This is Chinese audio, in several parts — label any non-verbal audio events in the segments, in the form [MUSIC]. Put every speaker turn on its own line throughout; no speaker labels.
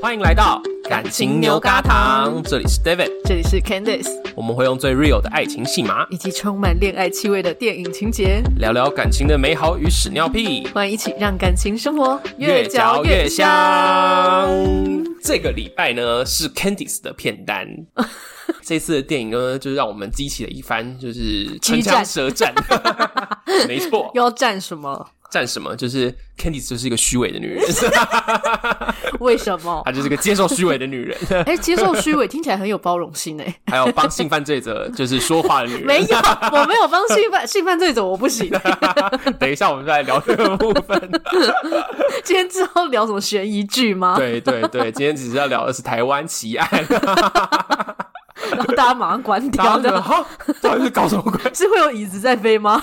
欢迎来到感情牛轧糖，这里是 David，
[LAUGHS] 这里是 Candice，
我们会用最 real 的爱情戏码
以及充满恋爱气味的电影情节，
聊聊感情的美好与屎尿屁。
欢迎一起让感情生活
嚼
越
香。这个礼拜呢是 Candice 的片单，
[LAUGHS]
这次的电影呢，就是让我们激起了一番就是唇枪
[LAUGHS]
舌战。没错，
要战什么？
战什么？就是 Candice 就是一个虚伪的女人， [LAUGHS]
为什么？
她就是个接受虚伪的女人，
[LAUGHS] 哎、接受虚伪听起来很有包容性哎、
还有帮性犯罪者就是说话的女
[LAUGHS]
人。
没有，我没有帮性犯性犯罪者，我不 [LAUGHS] 行。
等一下我们再来聊这个部
[LAUGHS]
分。
今天之后聊什么悬疑剧吗？，
对对对，今天只是要聊的是台湾
[LAUGHS]
奇案，
然后大家马上关
然
掉
后呢，
的，
哈，到底是搞什么鬼？
是会有椅子在飞吗？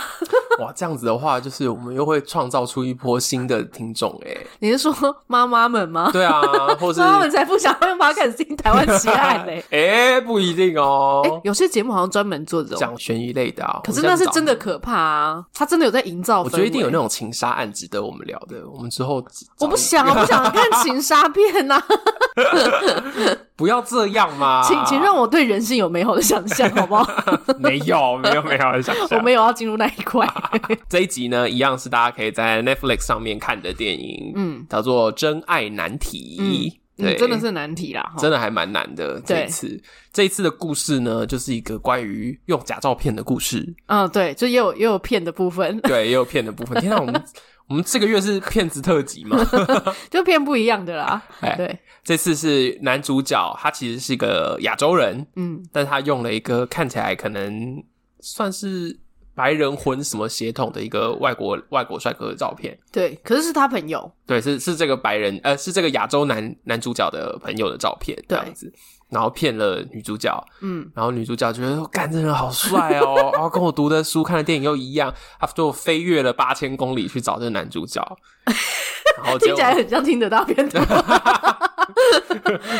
哇，这样子的话，就是我们又会创造出一波新的听众哎、
你是说妈妈们吗？
对啊，或是。
妈妈们才不想用马杆听台湾奇案嘞
[LAUGHS] 哎、不一定
哎、
哦，
有些节目好像专门做这种，
讲悬疑类的啊。
可是
我们
那
这
是
样
真的
找，
可怕啊！他真的有在营造氛围。
我觉得一定有那种情杀案值得我们聊的。我们之后只
我不想，啊我不想看情杀片啊
[LAUGHS]
呐、
不要这样嘛，
请请让我对人性有美好的想象，好
[LAUGHS]
不好？
没有没有没有想象
我没有要进入那一
[LAUGHS]
块。
这一集呢，一样是大家可以在 Netflix 上面看的电影，
嗯，
叫做《真爱难题》。对、
嗯，真的是难题啦，
真
的。
的还蛮难的。
对
这一次，这一次的故事呢，就是一个关于用假照片的故事，
嗯，对，就也有也有骗的部分， [LAUGHS]
对，也有骗的部分。天啊，我们我们这个月是骗子特辑嘛？
就骗不一样的啦。
哎
对，
这次是男主角，他其实是一个亚洲人，
嗯，
但他用了一个看起来可能算是白人混什么血统的一个外国外国帅哥的照片。
对。可是是他朋友，
对，是是这个白人，呃，是这个亚洲男男主角的朋友的照片，这
对
样子，然后骗了女主角，
嗯，
然后女主角觉得，哦干、这人好帅
[LAUGHS]
哦，然后跟我读的书、看的电影又一样，她就飞越了八千公里去找这个
[LAUGHS]
男主角，然后结
听
果
起来很像听得到骗
[LAUGHS]
的。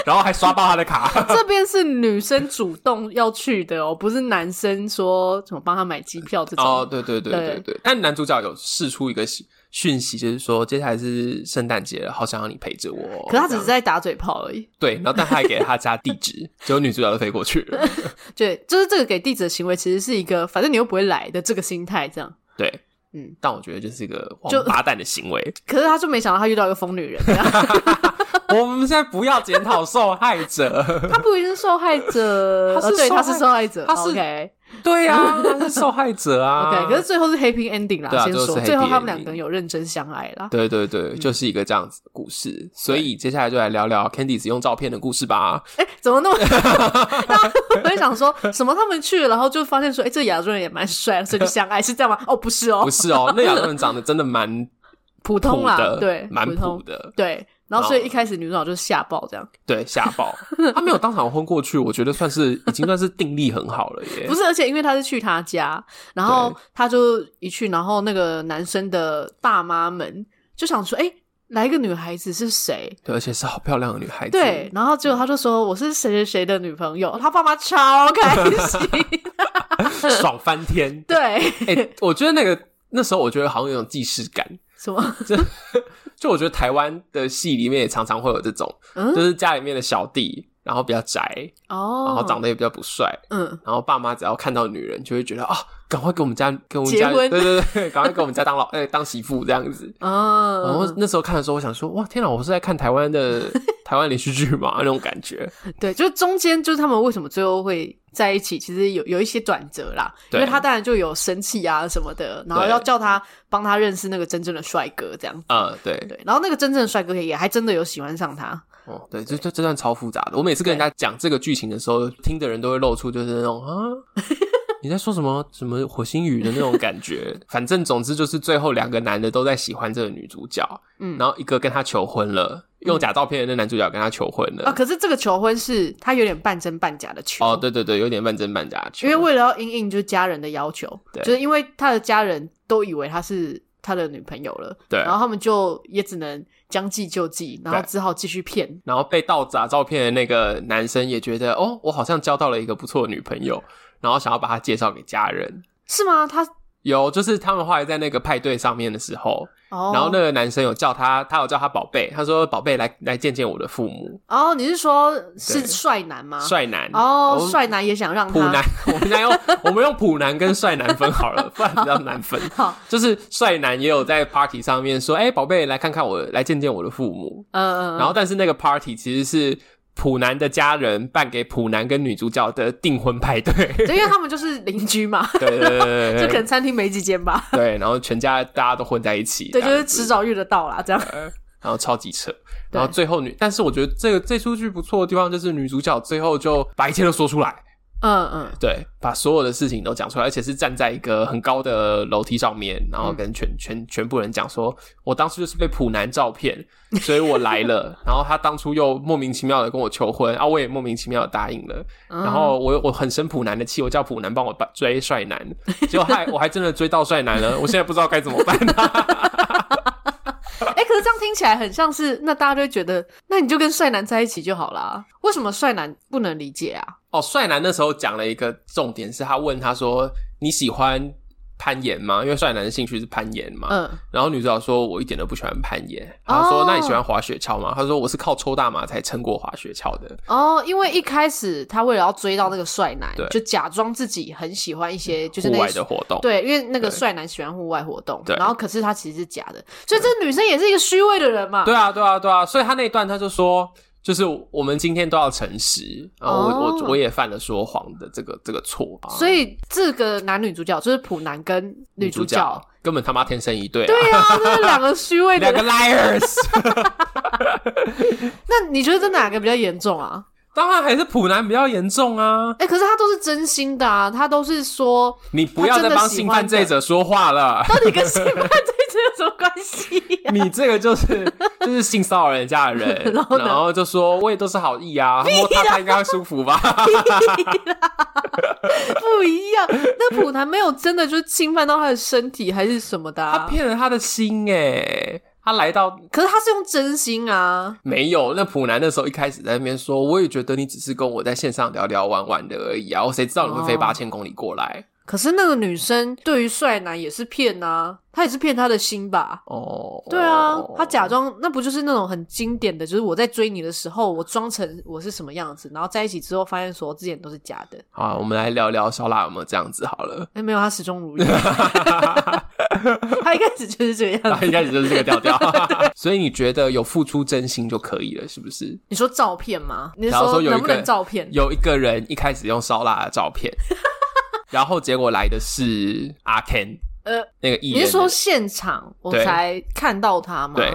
然后还刷爆他的卡，
这边是女生主动要去的哦，不是男生说什么帮她买机票这种。
哦，对对对对
对
对，但男主角有释出一个讯讯息，就是说接下来是圣诞节了，好想要你陪着我哦，
可他只是
这样
在打嘴炮而已。
对，然后但他还给了他家地
[LAUGHS]
址，结果女主角就飞过去了，
对，就是这个给地址的行为，其实是一个反正你又不会来的这个心态这样。
对。
嗯，
但我觉得这是一个
就
王八蛋的行为。 [LAUGHS]
可是他就没想到他遇到一个疯女人，这样
我们现在不要检讨受害
[LAUGHS]
者，
他不一定是受害者，
他是
哦对，
受
他
害
是受害者。
他是
OK
对呀、啊，他是受害者啊。
[LAUGHS] OK，可是最后是 happy ending 啦，
对啊
先
最后
说
是 happy
最后他们两
ending
个人有认真相爱啦。
对对
嗯
对，就是一个这样子的故事。所以接下来就来聊聊 Candice 用照片的故事吧。
哎，怎么那么？大家会不会想说什么？他们去了，然后就发现说，哎，这亚洲人也蛮帅的，所以就相爱，是这样吗？哦，不是哦
不，是哦，那两个人长得真的蛮
普通
普
啦，
的，
对，
蛮
普
普
通，
的，
对。然后所
哦
以一开始女主角就吓爆这样，
对，吓爆。他没有当场昏过去，我觉得算是已经算是定力很好了耶
不。是，而且因为她是去她家，然后
对
她就一去，然后那个男生的爸妈们就想说，哎、来一个女孩子是谁？
对，而且是好漂亮的女孩子。
对，，然后结果他就说我是谁谁谁的女朋友，他爸妈超开
[LAUGHS]
心，。
爽翻天
对，
哎、我觉得那个那时候，我觉得好像有种既视感。
什么？
就我觉得台湾的戏里面也常常会有这种，
嗯
就是家里面的小弟，然后比较宅，
哦，
然后长得也比较不帅，
嗯，
然后爸妈只要看到女人，就会觉得啊，赶快给我们家给我们
结
家，对
婚
对对，赶快给我们家当老哎、当媳妇这样子。
哦，
然后那时候看的时候，我想说，哇，天哪，我是在看台
[LAUGHS]
湾的台湾连续剧嘛，那种感觉。
对，就是中间就是他们为什么最后会在一起，其实有有一些转折啦，因
对
为他当然就有生气啊什么的，然后
对
要叫他帮他认识那个真正的帅哥这样。
啊，对，
对，然后那个真正的帅哥也还真的有喜欢上他，
哦，对，这这这段超复杂的。我每次跟人家讲这个剧情的时候，听的人都会露出就是那种啊。 [LAUGHS] 你在说什么？什么火星语的那种感觉？反正总之就是最后两个男的都在喜欢这个女主角，
嗯
然后一个跟她求婚了，用假照片的那男主角跟她求婚
啊，
了。
可是这个求婚是他有点半真半假的求，
哦，对对对，有点半真半假求
因为为了要应应就是家人的要求，
对
就是因为他的家人都以为他是他的女朋友了，
对
然后他们就也只能将计就计，然后
对
只好继续骗。
然后被盗假照片的那个男生也觉得，哦，我好像交到了一个不错的女朋友，然后想要把她介绍给家人。
是吗？他
有，就是他们后来在那个派对上面的时候，
哦，
然后那个男生有叫她，他有叫她宝贝，他说：“宝贝，来来见见我的父母。
哦，你是说
对
是帅男吗？
帅男
哦
我，
帅男也想让
普男 [LAUGHS]
他，
我们现在用我们用普男跟帅男分好了，不 [LAUGHS] 然比较难分。
[LAUGHS] 好，
就是帅男也有在 party 上面说：“哎、宝贝，来看看我，来见见我的父母。
嗯嗯，
然后，但是那个 party 其实是普男的家人办给普男跟女主角的订婚
[LAUGHS]
派对。对
对，因为他们就是邻居嘛，
对对对
就
对
可
对
能餐厅没几间吧，
对，然后全家大家都混在一起，
对，就
这样
是
子
迟早遇得到啦，这样。
呃然后超级扯，
对
然后最后女，但是我觉得这个这出剧不错的地方就是女主角最后就把一切都说出来，
嗯嗯，
对，把所有的事情都讲出来，而且是站在一个很高的楼梯上面，然后跟全、全全部人讲说，我当初就是被普男
[LAUGHS]
照骗，所以我来了，然后他当初又莫名其妙的跟我求婚，啊，我也莫名其妙的答应了，
嗯
然后我我很生普男的气，我叫普男帮我把追帅男，结果
[LAUGHS]
还我还真的追到帅男了，我现在不知道该怎么办、
哎、可是这样听起来很像是，那大家就会觉得，那你就跟帅男在一起就好啦。为什么帅男不能理解啊？
哦，帅男那时候讲了一个重点，是他问他说：“你喜欢攀岩吗？”因为帅男的兴趣是攀岩嘛。
嗯，
然后女主角说：“我一点都不喜欢攀岩。”他说：“
哦
那你喜欢滑雪橇吗？”他说：“我是靠抽大麻才撑过滑雪橇的。
哦，因为一开始他为了要追到那个帅男
对，嗯
就假装自己很喜欢一些就是
户
那
外
些
的活动，
对，因啊为那个
对
帅男喜欢户外活动
对，
然后可是他其实是假的，所以这女生也是一个虚伪的人嘛。
对啊，对啊，对啊。所以他那一段他就说，就是我们今天都要诚实。然后我、
哦
我我也犯了说谎的这个这个错。
所以这个男女主角就是普男跟女主角，
根本他妈天生一对、
[LAUGHS]
啊，
对啊，这是两个虚伪的
两个
人。
liars。
[LAUGHS] 那你觉得这哪个比较严重啊？
当然还是普男比较严重啊。
哎、可是他都是真心的啊，他都是说
你不要再帮性犯罪者说话了，
到底跟性犯罪者有什么关系、啊呀
你这个就是就是性骚扰人家的人，然
[LAUGHS] 然
后
后呢
就说我也都是好意啊，摸他他应该会舒服
[LAUGHS] 啊
吧？
[LAUGHS] 不一样。那普男没有真的就是侵犯到他的身体还是什么的、
他
啊，
骗了他的心哎，他来到
可是他是用真心啊。
没有那普男那时候一开始在那边说，我也觉得你只是跟我在线上聊聊玩玩的而已啊，我谁知道你会飞
哦
八千公里过来
可是那个女生对于帅男也是骗啊，她也是骗他的心吧？
哦？
对啊，她假装那不就是那种很经典的，就是我在追你的时候，我装成我是什么样子，然后在一起之后发现说之前都是假的。
好啊，我们来聊聊小喇有没有这样子好了。
哎、没有，她始终
[LAUGHS]
如一，她一开始就是这个样
[LAUGHS] 他
子。
一开始就是这个调
[LAUGHS]
调， [LAUGHS] 所以你觉得有付出真心就可以了，是不是？
你说照片吗？你是
假如说有一
能
个
不能照片？
有一个人一开始用烧腊的照
[LAUGHS]
片，然后结果来的是阿 Ken
呃，
那个艺
你
人的，
是说现场我
对
才看到他吗？
对，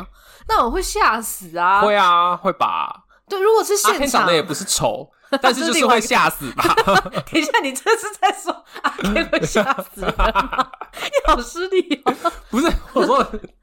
那我会吓死啊！
会啊，会吧？
对，如果是
阿
现
Ken
场
长，得也不是丑，但是就是会吓死吧？
[LAUGHS] 等一下，你这是在说阿 K 会吓死人吗？你好失礼哦。
[LAUGHS] 不是，我说 [LAUGHS]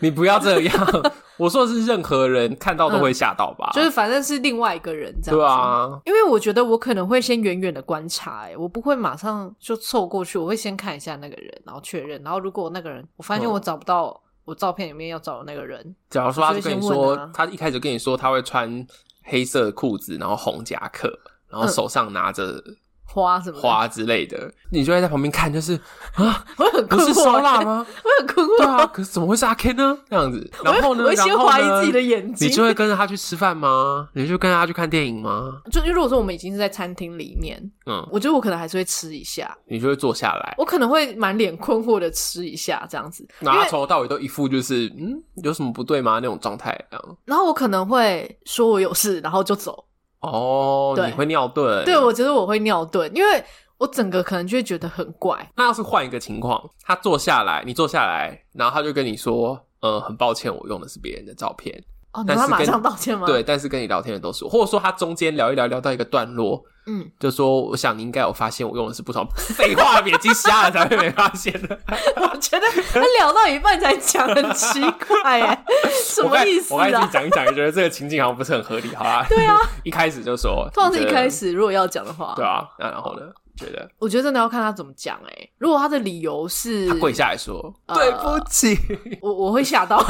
你不要这样， [LAUGHS] 我说的是任何人看到都会吓到吧？
就是反正是另外一个人这样。
啊对。啊，
因为我觉得我可能会先远远的观察、欸，我不会马上就凑过去，我会先看一下那个人，然后确认。然后如果那个人，我发现
嗯
我找不到我照片里面要找的那个人，
假如说他就跟你
我就
说，
会先问啊
他一开始跟你说他会穿黑色的裤子，然后红夹克，然
嗯
后手上拿着
花什么的，
花之类的，你就会在旁边看，就是啊
我很 [LAUGHS]
不
困
是烧
惑、欸，
腊吗？
我很困惑
对，啊，可是怎么会是阿 Ken 呢？这样子，然后呢？
我会
然
先
后
怀
呢
疑自己的眼睛。
你就会跟着他去吃饭吗？你就跟着他去看电影吗？
就如果说我们已经是在餐厅里面，
嗯，
我觉得我可能还是会吃一下，
你就会坐下来，
我可能会满脸困惑的吃一下这样子，
然后他从头到尾都一副就是嗯，有什么不对吗那种状态，这样。
然后我可能会说我有事，然后就走。
哦，
对
你会尿遁。
对，我觉得我会尿遁，因为我整个可能就会觉得很怪。
那要是换一个情况，他坐下来，你坐下来，然后他就跟你说，呃，很抱歉，我用的是别人的照片。
哦，你
但
说他
是
马
跟
上道歉吗？
对，，但是跟你聊天的都是我，或者说他中间聊一聊，聊到一个段落，
嗯，
[LAUGHS] 就说我想你应该有发现我用的是不同。废话，眼睛瞎了才会没发现的。
我觉得
[LAUGHS]
他聊到一半才讲，很奇怪哎， [LAUGHS] 什
我
么
刚
意思
我刚才自
啊
己？讲一讲，觉得这个情景好像不是很合理，好啦。
[LAUGHS] 对啊，
一开始就说，
通常是
你
一
觉得
开，始呃如果要讲的话，
对啊，那然后呢？觉得
我觉得真的要看他怎么讲哎、如果他的理由是
他跪下来说、
呃
对不起， [LAUGHS]
我我会吓到。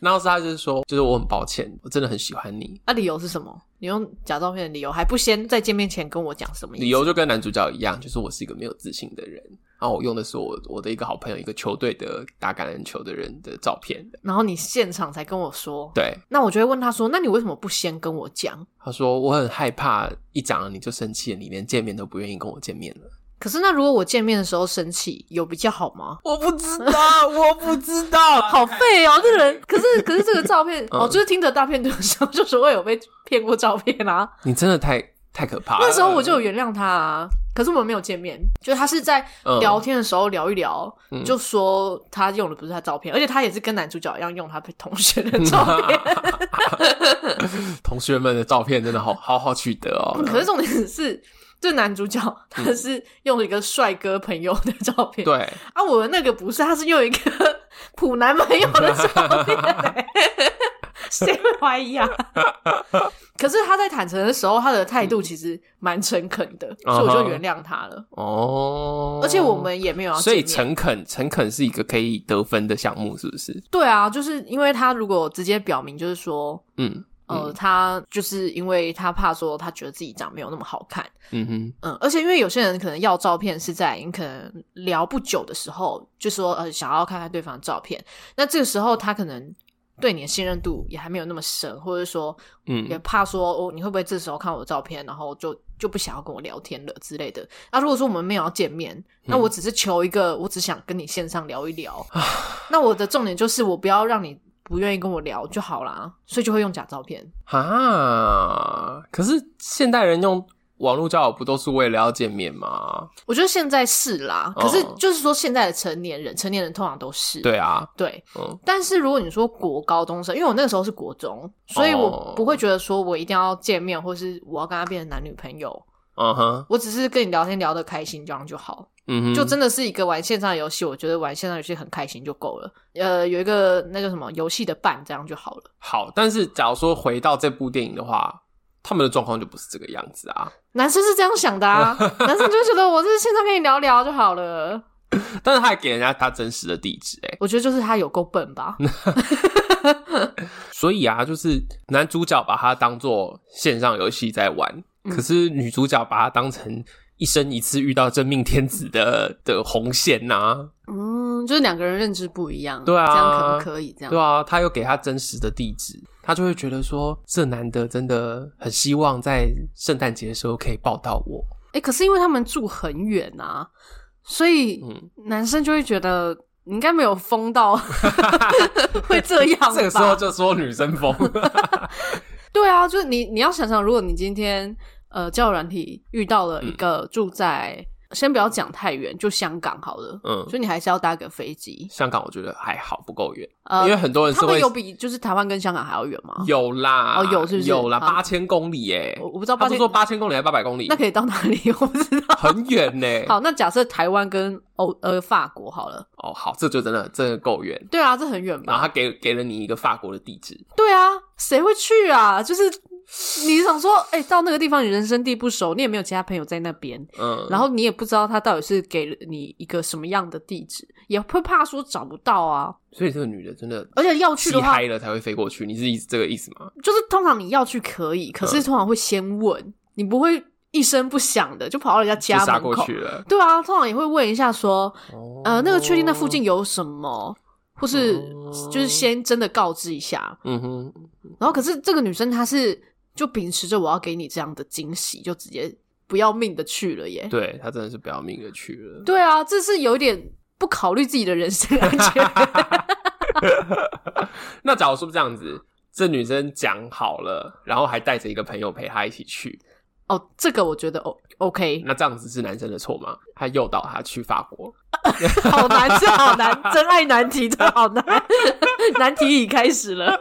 然后是他就是说，就是我很抱歉，我真的很喜欢你。
那、理由是什么？你用假照片的理由，还不先在见面前跟我讲什么意思？
理由就跟男主角一样，就是我是一个没有自信的人。然后我用的是我我的一个好朋友，一个球队的打橄榄球的人的照片。
然后你现场才跟我说，
对，
那我就会问他说：“那你为什么不先跟我讲
他说我很害怕一讲了你就生气了，你连见面都不愿意跟我见面了。？”
可是那如果我见面的时候生气，有比较好吗？
我不知 [LAUGHS] 道，我不知道，
好废哦，这人。 [LAUGHS] 可是可是这个照片
嗯
哦，就是 [LAUGHS] 听着大片的时候，就是我有被骗过照片啊。
你真的太太可怕了。
那时候我就有原谅他、啊，可是我们没有见面，就是他是在
嗯
聊天的时候聊一聊，
嗯
就说他用的不是他照片，而且他也是跟男主角一样用他同学的照片。 [LAUGHS]
同学们的照片真的好好好取得哦。
可是重点是，这男主角他是用一个帅哥朋友的照片，
对，
啊，我的那个不是，他是用一个 [LAUGHS] 普男朋友的照片、欸， [LAUGHS] 谁会怀疑啊？可是他在坦诚的时候，他的态度其实蛮诚恳的，所以我就原谅他了。
嗯哦，
而且我们也没有要
所以
见面
诚恳，诚恳是一个可以得分的项目，是不是？
对啊，就是因为他如果直接表明，就是说，
嗯
呃，他就是因为他怕说他觉得自己长没有那么好看，
嗯哼，
嗯，而且因为有些人可能要照片是在你可能聊不久的时候，就说呃想要看看对方的照片，那这个时候他可能对你的信任度也还没有那么深，或者说也
嗯，
怕说哦你会不会这时候看我的照片，然后就就不想要跟我聊天了之类的。那、如果说我们没有要见面，那我只是求一个，我只想跟你线上聊一聊，那我的重点就是我不要让你不愿意跟我聊就好啦，所以就会用假照片。
啊，可是现代人用网络交友不都是为了要见面吗？
我觉得现在是啦，可是
哦
就是说现在的成年人，成年人通常都是
对啊，
对
嗯
但是如果你说国高中生，因为我那个时候是国中，所以我
哦
不会觉得说我一定要见面，或是我要跟他变成男女朋友。
嗯哼，
我只是跟你聊天聊得开心，这样就好。
嗯哼，
就真的是一个玩线上游戏，我觉得玩线上游戏很开心就够了。呃，有一个那个什么游戏的伴，这样就好了。
好。但是假如说回到这部电影的话，他们的状况就不是这个样子啊。
男生是这样想的
[LAUGHS]
啊，男生就觉得我这线上跟你聊聊就好了。
但是他还给人家他真实的地址、欸，
我觉得就是他有够笨吧，
所以啊，就是男主角把它当做线上游戏在玩，
嗯
可是女主角把它当成一生一次遇到真命天子的的红线啊呐、
嗯，就是两个人认知不一样，
对啊
这样可不可以？这样
对啊，他又给他真实的地址，他就会觉得说，这男的真的很希望在圣诞节的时候可以抱到我。
哎、可是因为他们住很远啊，所以
嗯
男生就会觉得你应该没有疯
[LAUGHS]
到会这样吧？
这个时候就说女生疯，
对啊，就是你你要想想，如果你今天呃交友软体遇到了一
嗯
个住在、先不要讲太远，就香港好了，
嗯
所以你还是要搭个飞机。
[LAUGHS] 香港我觉得还好，不够远，
呃
因为很多人是
他
会
们有比就是台湾跟香港还要远吗？
有啦，
哦有是不是
有啦，
好
八千公里耶、
我我不知道
他
八
不
千
是说八千公里还是八百公里？
那可以到哪里？我不知道。
很远呢、
[LAUGHS] 好，那假设台湾跟欧呃法国好了，
哦，好，这就真的真的够远。
对啊，这很远
然
吧
后？他给给了你一个法国的地址，
对啊，谁会去啊？就是你想说，哎、到那个地方你人生地不熟，你也没有其他朋友在那边，
嗯，
然后你也不知道他到底是给了你一个什么样的地址，也会怕说找不到啊。
所以这个女的真的
而且要去
气
的话
嗨，了才会飞过去，你是意思这个意思吗？
就是通常你要去可以，
嗯
可是通常会先问，你不会一声不响的就跑到人
就
家家
杀
门
过
口
去。了。
对啊，通常也会问一下说，
哦
呃，那个确定那附，近有什么，或是
哦
就是先真的告知一下。
嗯哼，
然后可是这个女生她是就秉持着我要给你这样的惊喜，就直接不要命的去了耶。
对她真的是不要命的去
[LAUGHS]
了。
对啊，这是有点不考虑自己的人身安
[LAUGHS]
全。
那假如说这样子，这女生讲好了，然后还带着一个朋友陪她一起去，
哦，这个我觉得 O OK，
那这样子是男生的错吗？他诱导他去法国，
好难，这好难，真爱难题，这好难，难题已开始了。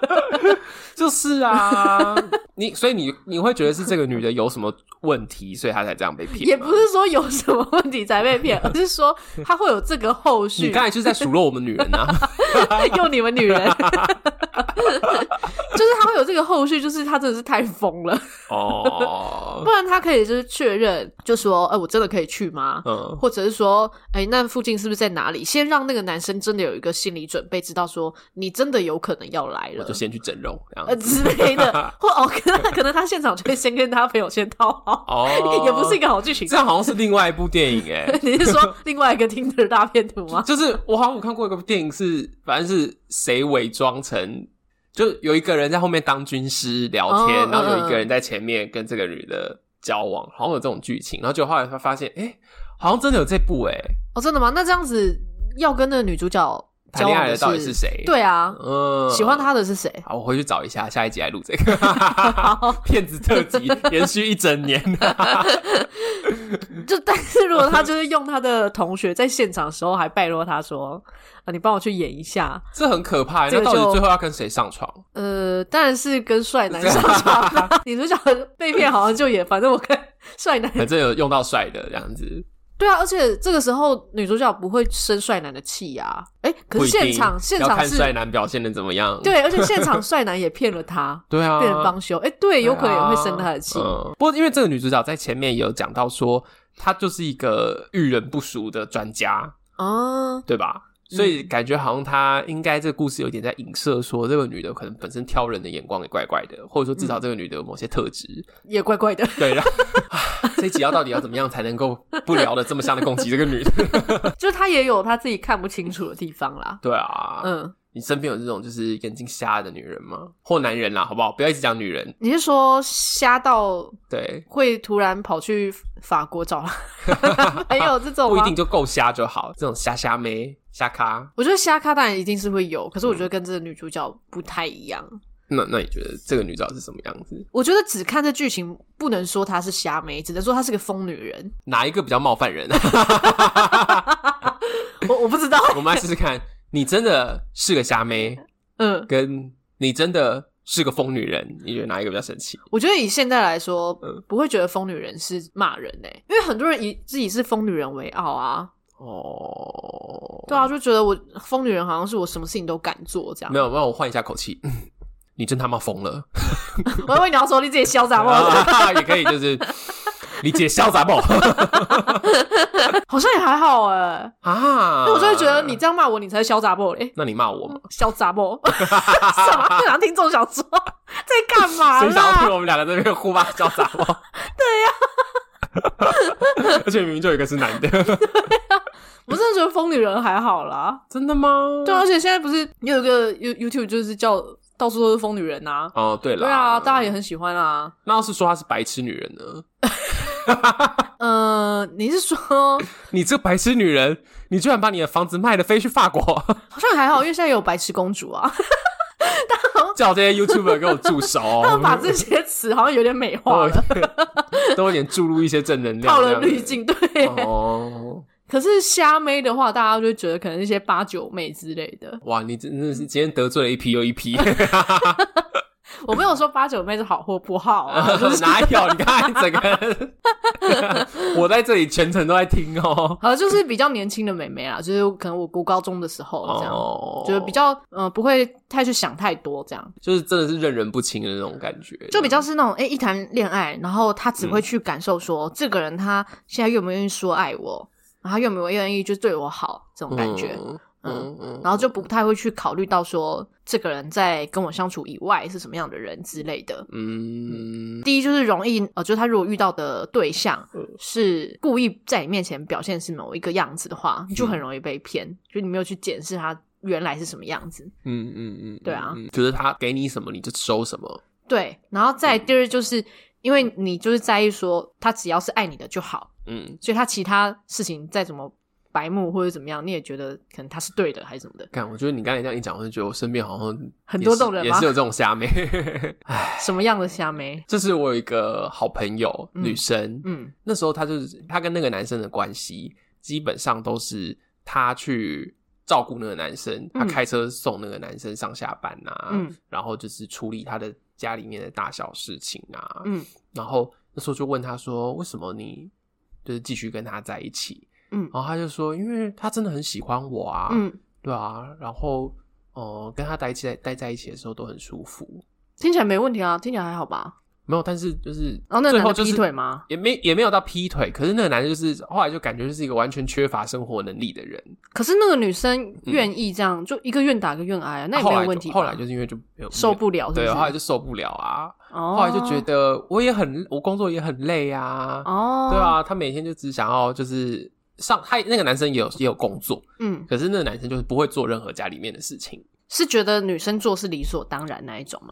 就是啊， [LAUGHS] 你所以你你会觉得是这个女的有什么问题，所以她才这样被骗？
也不，是说有什么问题才被骗，而是说他会有这个后
你
续。
刚才就是在数落我们女人啊。
[LAUGHS]
[LAUGHS]
用你们女人，就是他会有这个后续，就是他真的是太疯了，
哦
不，然他可以就是确认，就说，哎、我真的可以去吗？
嗯，
或者是说，哎、那附近是不是在哪里？先让那个男生真的有一个心理准备，知道说你真的有可能要来
我
了
就，先去整容
[LAUGHS]
这
呃
样子。
之类
[LAUGHS]
的，或哦，可能可能他现场就会先跟他朋友先套好，，
哦
也不是一个好剧情
这。样好像是另外一部电影哎、
你是说另外一个 Tinder 大片图吗？
[LAUGHS] 就是我好像有看过一个电影是，反正是谁伪装成，就有一个人在后面当军师聊天，
哦
然后有一个人在前面跟这个女的交往，好像有这种剧情，然后就后来他发现，哎、好像真的有这部哎、
哦，真的吗？那这样子要跟那个女主角
谈
交
恋
往
爱
的
的到底是？谁？，
对啊，
嗯，
喜欢。她的是谁？
[LAUGHS] 好，我回去找一下，下一集来录这个 [LAUGHS] 骗子特辑，延续一
[LAUGHS]
整年。
就但是如果他就是用他的同学在现场的时候还拜托他说啊，你帮我去演一下，
这很可怕。欸
这
那
个
到
就
底最后要跟谁上床？
呃，当然是跟帅男上床啦。女主角被骗好像就也，反正我跟 [LAUGHS] 帅男
反正有用到帅的这样子。
对啊，而且这个时候女主角不会生帅男的气啊，哎、可
不
是
一定
现场现
要
场
看帅
是。
男表现的怎么样。
对，而且现场帅男也骗了
[LAUGHS]
她，
对啊，
变成帮凶。哎、对，有可能也会生她的气。
对啊嗯不过因为这个女主角在前面也有讲到说，她就是一个遇人不淑的专家，
啊，
对吧？所以感觉好像她应该这个故事有点在影射说，这个女的可能本身挑人的眼光也怪怪的，或者说至
嗯
少这个女的有某些特质。
也怪怪的。 [LAUGHS]
[LAUGHS] 对，然后 [SIGHS] 唉这一集要到底要怎么样才能够不聊的这么像的攻击这个女的？ [LAUGHS]
就是他也有他自己看不清楚的地方啦。
对啊，
嗯，
你身边有这种就是眼睛瞎的女人吗？或男人啦，好不好？不要一直讲女人。
你是说瞎到
对，
会突然跑去法国找
[LAUGHS]
他？还有这啊种吗
不一定。就够瞎就好，这种瞎瞎妹、瞎咖，
我觉得瞎咖当然一定是会有，可是我觉得
嗯
跟这个女主角不太一样。
那那你觉得这个女角是什么样子？
我觉得只看这剧情，不能说她是瞎妹，只能说她是个疯女人。
哪一个比较冒犯人？ [LAUGHS]
我我不知道， [LAUGHS]
我们来试试看，你真的是个瞎妹，
嗯，
跟你真的是个疯女人，你觉得哪一个比较神奇？
我觉得以现在来说
嗯，
不会觉得疯女人是骂人呢、因为很多人以自己是疯女人为傲啊，
哦，
对啊，就觉得我疯女人好像是我什么事情都敢做这样
没。有，让我换一下口气。 [LAUGHS] 你真他妈疯了！
我以为你要说你自己嚣张吗？
啊 [LAUGHS] 也可以，就是你姐潇洒不？
好像也还好哎、
[LAUGHS] 啊，
那我就会觉得你，这样骂我，你才是小杂包嘞，
那你骂我吗？
小杂包， [LAUGHS] 什么？然后听众想说在干嘛
谁想要听
啦？
我们两个在那边互骂潇洒不？
[LAUGHS]
对呀、而且明明就有一个是男的，
我真的觉得疯女人还好啦，
[LAUGHS] 真的吗？
对啊，而且现在不是有一个 You YouTube 就是叫到处都是疯女人呐、啊，
哦，对了，
对啊，大家也很喜欢啊。
那要是说她是白痴女人呢？
嗯、你是说
你这白痴女人，你居然把你的房子卖了，飞去法国，
好像还好，因为现在有白痴公主啊，
哦叫这些 YouTuber 给我助手，
[LAUGHS] 他们把这些词好像有点美化
[LAUGHS]
了，
都都有点注入一些正能量，
套
哦这
了
样子
滤镜，对。
哦。
[LAUGHS] 可是虾妹的话，大家就会觉得可能一些八九妹之类的，
哇，你真的是今天得罪了一批又一批，
我没有说八九妹是好或不好啊，就是
哪有？你看整个，我在这里全程都在听哦。
好呃就是比较年轻的妹妹啦，就是可能我读高中的时候这样，
哦
就是比较呃不会太去想太多这样，
就是真的是认人不清的那种感觉，
就比较是那种哎、诶一谈恋爱，然后她
嗯
只会去感受说、这个人他现在愿不愿意说爱我，然后他愿不愿意就对我好这种感觉。
嗯
嗯
嗯嗯
然后就不太会去考虑到说这个人在跟我相处以外是什么样的人之类的。
嗯
第一就是容易，呃，就是他如果遇到的对象
嗯
是故意在你面前表现是某一个样子的话，你就很容易被骗，就你没有去检视他原来是什么样子。
嗯嗯嗯，
对啊
嗯，就是他给你什么你就收什么，
对，然后
嗯
再第二就是因为你就是在意说他只要是爱你的就好，
嗯
所以他其他事情再怎么白目或者怎么样，你也觉得可能他是对的还是什么的，
看，我觉得你刚才这样一讲，我就觉得我身边好像
很
也
多
是
这种人
也
吗
是有这种虾妹。
什么样的虾妹？
就是我有一个好朋友，
嗯
女生，
嗯
那时候她就是她跟那个男生的关系，基本上都是她去照顾那个男生，她开车送那个男生上下班啊，
嗯
然后就是处理他的家里面的大小事情啊，
嗯
然后那时候就问她说，为什么你就是继续跟他在一起？
嗯
然后她就说，因为他真的很喜欢我啊，
嗯，
对啊，然后呃，跟他待一起待在一起的时候都很舒服，
听起来没问题啊，听起来还好吧？
没有，但是就是
然后哦那个
最后
男
就
的
是
劈腿吗？
也没也没有到劈腿，可是那个男的就是后来就感觉就是一个完全缺乏生活能力的人，
可是那个女生愿意这样，就一个愿打一个愿挨啊，那也
嗯后
没有
来
问
就
题吧。
后来就是因为就没有
受不了是不
对，
是
后来就受不了啊，
哦，
后来就觉得我也很我工作也很累啊，
哦，
对，啊，他每天就只想要就是上他那个男生也有也有工作，
嗯，
可是那个男生就是不会做任何家里面的事情，
是觉得女生做是理所当然那一种吗？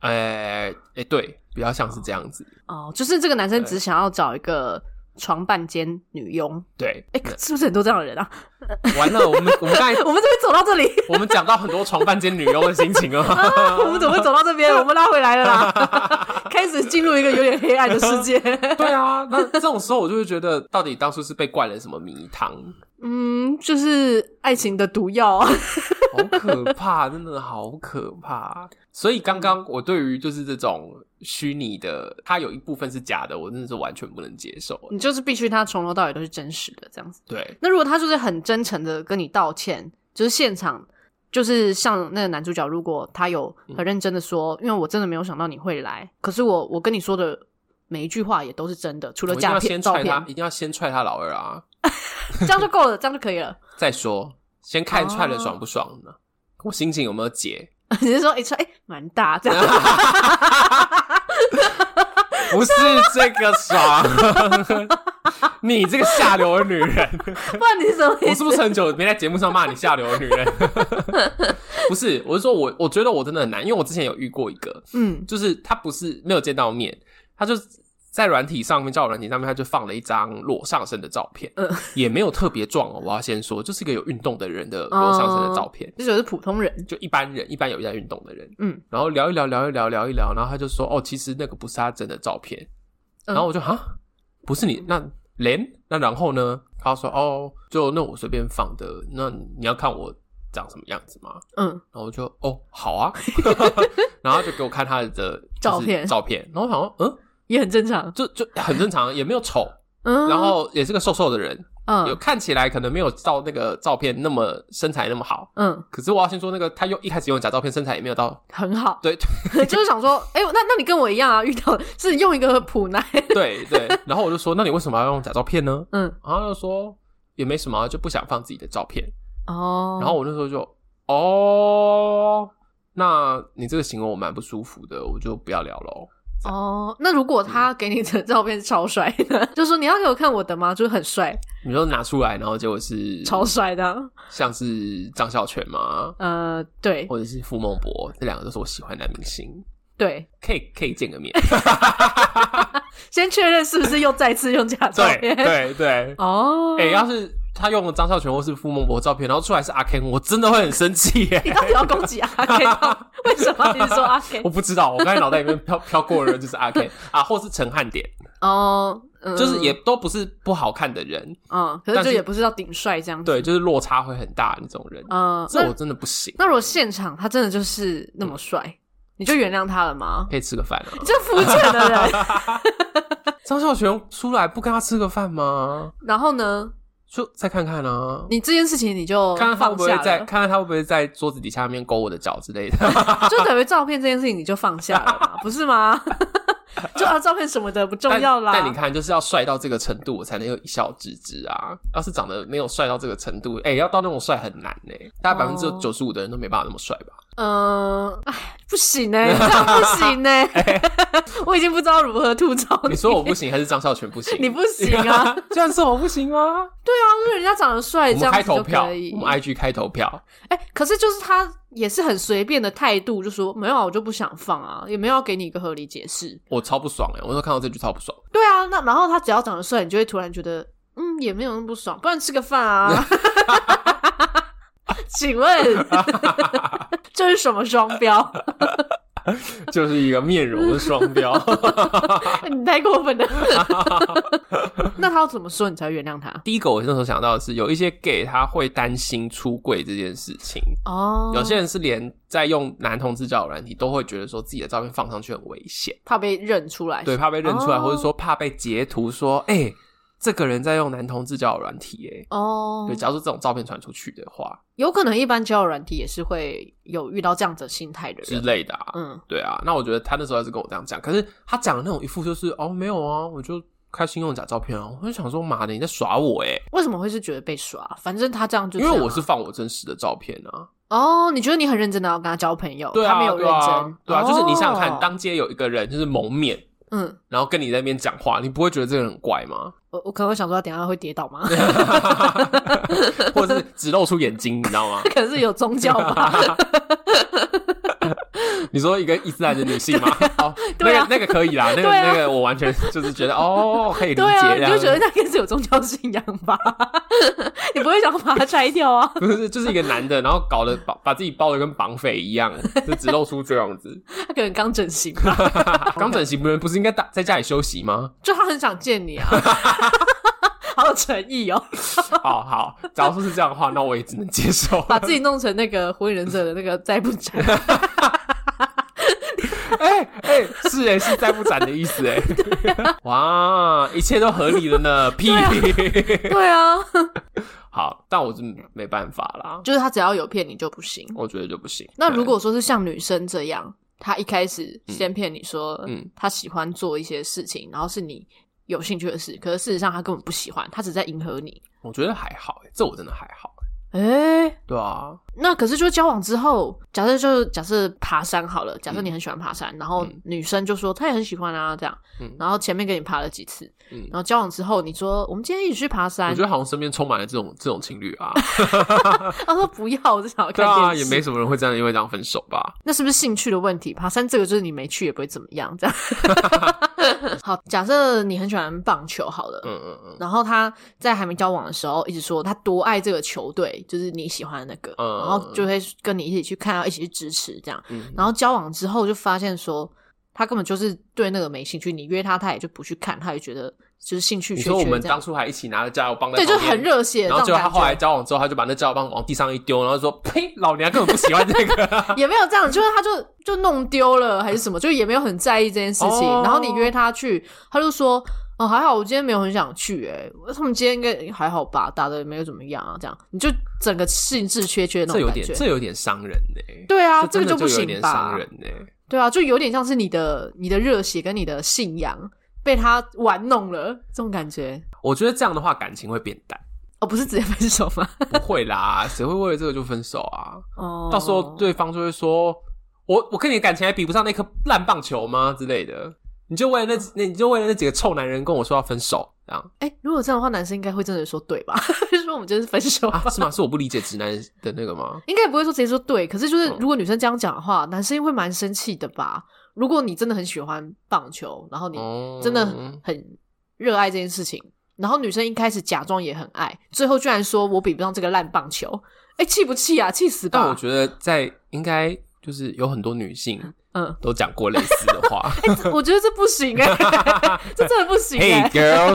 呃、哎、对，比较像是这样子，
哦，就是这个男生
对
只想要找一个床伴兼女佣，
对，
哎、可是不是很多这样的人啊？ [LAUGHS]
完了，我们我们刚才
我们怎么会走到这里？啊
[LAUGHS] 我们讲到很多床伴兼女佣的心
[LAUGHS]
情哦。
我们怎么会走到这边？我们拉回来了
[LAUGHS]
啦，开始进入一个有点黑暗的世界。 [LAUGHS]
对啊，那这种时候我就会觉得，到底当初是被灌了什么迷汤，
嗯，就是爱情的毒药啊。 [LAUGHS]
好可怕，真的好可怕。所以刚刚我对于就是这种虚拟的，它有一部分是假的，我真的是完全不能接受的。
你就是必须他从头到尾都是真实的这样子。
对，
那如果他就是很真诚的跟你道歉，就是现场，就是像那个男主角，如果他有
嗯
很认真的说，因为我真的没有想到你会来，可是我我跟你说的每一句话也都是真的，除
我
了
一定
诈
要
骗
先
照
踹
片， [LAUGHS]
他，一定要先踹他老二啊！
这样就够了，这样就可以了。 [LAUGHS]
再说，先看踹了
哦
爽不爽呢？我心情有没有解？
你是说一出哎蛮大这
[LAUGHS]
样，
不是这个爽， [LAUGHS] 你这个下流的女人。
不然你是什么意
[LAUGHS]
思？
我是不是很久没在节目上骂你下流的女人？ [LAUGHS] 不是，我是说我我觉得我真的很难，因为我之前有遇过一个，
嗯
就是他不是没有见到面，他就在软体上面，交友软体上面，他就放了一张裸上身的照片，
嗯
也没有特别壮哦。我要先说，就是一个有运动的人的裸上身的照片。
这就是普通人，
就一般人，一般有在运动的人，
嗯，
然后聊一聊，聊一聊，聊一聊，然后他就说：“哦，其实那个不是他真的照片。
嗯
然后我就哈，不是你那连那然后呢？他说：“哦，就那我随便放的，那你要看我长什么样子吗
嗯，？”
然后我就哦，好
[LAUGHS]
啊，然后就给我看他的就是
照片
照片，然后好像嗯，
也很正常，
就就很正常，啊也没有丑，
嗯，
然后也是个瘦瘦的人，有
嗯
看起来可能没有照那个照片那么身材那么好，
嗯
可是我要先说那个他用一开始用假照片，身材也没有到
很
[LAUGHS]
好，
对
就是想说，哎、那那你跟我一样啊，遇到是用一个普男， [LAUGHS]
对对，然后我就说，那你为什么要用假照片呢？
嗯
然后他就说也没什么啊，就不想放自己的照片。
哦，
然后我那时候就哦，那你这个行为我蛮不舒服的，我就不要聊喽。
哦，那如
嗯
果他给你的照片是超帅的，就说你要给我看我的吗？就是很帅，
你就拿出来，然后结果是
[LAUGHS] 超帅的啊，
像是张孝全嘛，
呃，对
或者是傅孟博，这两个都是我喜欢的男明星，
对，
可以可以
[LAUGHS]
见个面。
先确认是不是又再次用假照
对
片，
对对，
哦，
哎、要是他用了张孝全或是傅孟博的照片，然后出来是阿 Ken，我真的会很生气耶。
你到底要攻击阿 K 吗？ [LAUGHS] 为什么你是说阿 K？
我不知道，我刚才脑袋里面飘飘过的人就是阿 K 啊，或是陈汉典，
哦，嗯
就是也都不是不好看的人，
嗯，可
但
是
是
就也不是要顶帅这样子。
对，就是落差会很大那种人，
嗯，
这我嗯
那
真的不行，
那如果现场他真的就是那么帅，你就原谅他了吗？ [LAUGHS]
可以吃个饭啊
你。这肤浅的
[LAUGHS]
人。
张孝全出来不跟他吃个饭吗？
然后呢，
就再看看啊，
你这件事情你就
看看他会
放
不会
下
在，
了，
看看他会不会在桌子底下面勾我的脚
[LAUGHS]
之类的。
就等于照片这件事情你就放下了
[LAUGHS]
嘛，不是吗？ [LAUGHS] 就啊，照片什么的不重
但
要啦。
但你看，就是要帅到这个程度，我才能有一笑置之啊。要是长得没有帅到这个程度，哎、要到那种帅很难呢、大概百分之
哦
九十五的人都没办法那么帅吧。
嗯，哎，不行
[LAUGHS]
呢、这样不行呢、 [LAUGHS] 我已经不知道如何吐槽
哎 [LAUGHS] 你
你。
说我不行，还是张孝全不行？
你不行啊！
[LAUGHS] 这样是我不行吗？
当然人家长得帅，
我
这
们
样
开
子
投
就
票，
可以
我。们 IG 开投票，
哎、可是就是他也是很随便的态度，就说没有啊，我就不想放啊，也没有要给你一个合理解释。
我超不爽哎、我都看到这句超不爽。
对啊，那然后他只要长得帅，你就会突然觉得，嗯，嗯，也没有那么不爽，不然吃个饭啊。 [LAUGHS] 请问
[LAUGHS]
这是什么双标？
就是一个面容的双
[LAUGHS]
标。
你太过
[LAUGHS]
分了。 [LAUGHS] 那他要怎么说你才会原谅他？
第一个，我那时候想到的是，有一些 gay 他会担心出柜这件事情，
哦，
有些人是连在用男同志交友软体都会觉得说自己的照片放上去很危险，
怕被认出来，
对，怕被认出来，
哦
或者说怕被截图说，哎、这个人在用男同志交友软体、欸，
哦
对，，假如说这种照片传出去的话
有可能一般交友软体也是会有遇到这样子的心态的
之
人。
类的啊，
嗯，
对啊，那我觉得他那时候还是跟我这样讲，可是他讲的那种一副就是哦没有啊，我就开心用假照片啊，我就想说妈的你在耍我哎、
为什么会是觉得被耍？反正他这样就
因为
这样啊
我是放我真实的照片啊，
哦，你觉得你很认真的要跟他交朋友，
对
他没
啊
有认
对
真
啊，对啊，就是你想想看，
哦
当街有一个人就是蒙面，
嗯，
然后跟你在那边讲话，你不会觉得这个人很怪吗？ [LAUGHS]
我我可能会想说他等一下会跌倒吗？
或者是只露出眼睛，你知道吗？ [LAUGHS]
可能是有宗教吧，
你说一个伊斯兰的女性吗？哦，
[LAUGHS]
那
对啊
个那个可以啦，那个
对啊
那个我完全就是觉得哦可以理
对
解
啊，
这
你就
样
觉得那个是有宗教信仰吧？ [LAUGHS] 你不会想把它拆掉啊？
不是， [LAUGHS] 就是一个男的，然后搞得把把自己包的跟绑匪一样，就只露出这样子。啊
他可能刚整形吧，
刚整形不人不是应该打在家里休息吗？
就他很想见你啊， [LAUGHS] 好有诚意哦，
好好，假如说是这样的话，那我也只能接受。
把自己弄成那个火影忍者的那个再不
[LAUGHS]
斩，
哎哎、是哎、是再不斩的意思哎、哇，一切都合理了呢，屁。
对啊，
好，但我是没办法啦，
就是他只要有骗你就不行。
我觉得就不行。
那如
对
果说是像女生这样，她一开始先骗你说，
嗯嗯
她喜欢做一些事情，然后是你有兴趣的事，可是事实上她根本不喜欢，她只是在迎合你。
我觉得还好、欸，这我真的还好、
诶、
对啊，
那可是就交往之后，假设就是假设爬山好了，
嗯
假设你很喜欢爬山，然后女生就说她也很喜欢啊，这样，
嗯
然后前面跟你爬了几次，
嗯
然后交往之后你说我们今天一起去爬
我
山
觉，得好像身边充满了这种这种情侣
[LAUGHS]
啊，
她说不要，我只想要
对
看
啊，
电视，
也没什么人会这样因为这样分手吧。
那是不是兴趣的问题？爬山这个就是你没去也不会怎么样，
[LAUGHS]
这样。好，假设你很喜欢棒球好了，
嗯嗯嗯。
然后他在还没交往的时候一直说他多爱这个球队，就是你喜欢的那个，
嗯
然后就会跟你一起去看，要一起去支持这样。
嗯
然后交往之后就发现说他根本就是对那个没兴趣，你约他他也就不去看，他也觉得就是兴趣
你
缺
说我
缺
们
这
当
样。
初还一起拿着加油棒在
对，就
旁边
很，热血，
然后
这
结
种
果他
感
后来
觉
交往之后，他就把那加油棒往地上一丢，然后说：“呸，老娘根本不喜欢这个。
也没有这样，就是他就就弄丢了还是什么，就也没有很在意这件事情。
哦
然后你约他去，他就说：“哦，还好，我今天没有很想去、欸，诶，他们今天应该还好吧，打的也没有怎么样啊。”这样你就整个兴致缺缺” [LAUGHS] 那
这
种
有
感
点，
觉。
这有点伤人呢、
对啊，这
这
个
真的
不
有
行
点
吧
伤？人呢、
对啊，就有点像是你的你的热血跟你的信仰被他玩弄了，这种感觉。
我觉得这样的话感情会变淡，
哦，不是直接分手吗？
不会啦，谁会为了这个就分手啊？
哦，
到时候对方就会说：“我我跟你的感情还比不上那颗烂棒球吗？”之类的，你就为了那那你就为了那几个臭男人跟我说要分手，这样
哎、如果这样的话，男生应该会真的说对吧？ [LAUGHS] 说我们就是分手吧
啊？是吗？是我不理解直男的那个吗？
应该也不会说直接说对，可是
嗯
就是如果女生这样讲的话，男生会蛮生气的吧？如果你真的很喜欢棒球，然后你
哦，
[LAUGHS] 真的很很热爱这件事情，然后女生一开始假装也很爱，最后居然说我比不上这个烂棒球，哎、气不气啊？气死吧！
但我觉得在应该就是有很多女性
嗯，
都讲过类似的
[LAUGHS]
话。
这我觉得这不行哎、 [LAUGHS] 这真的不行哎、
hey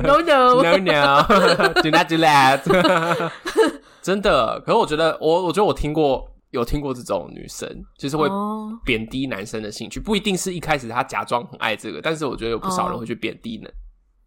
[LAUGHS] No no，
[LAUGHS] no [LAUGHS] no, do not do that 。 [LAUGHS] 真的，可是我觉得我我觉得我听过有听过这种女生，就是会
哦
贬低男生的兴趣，不一定是一开始她假装很爱这个，但是我觉得有不少人会去贬低男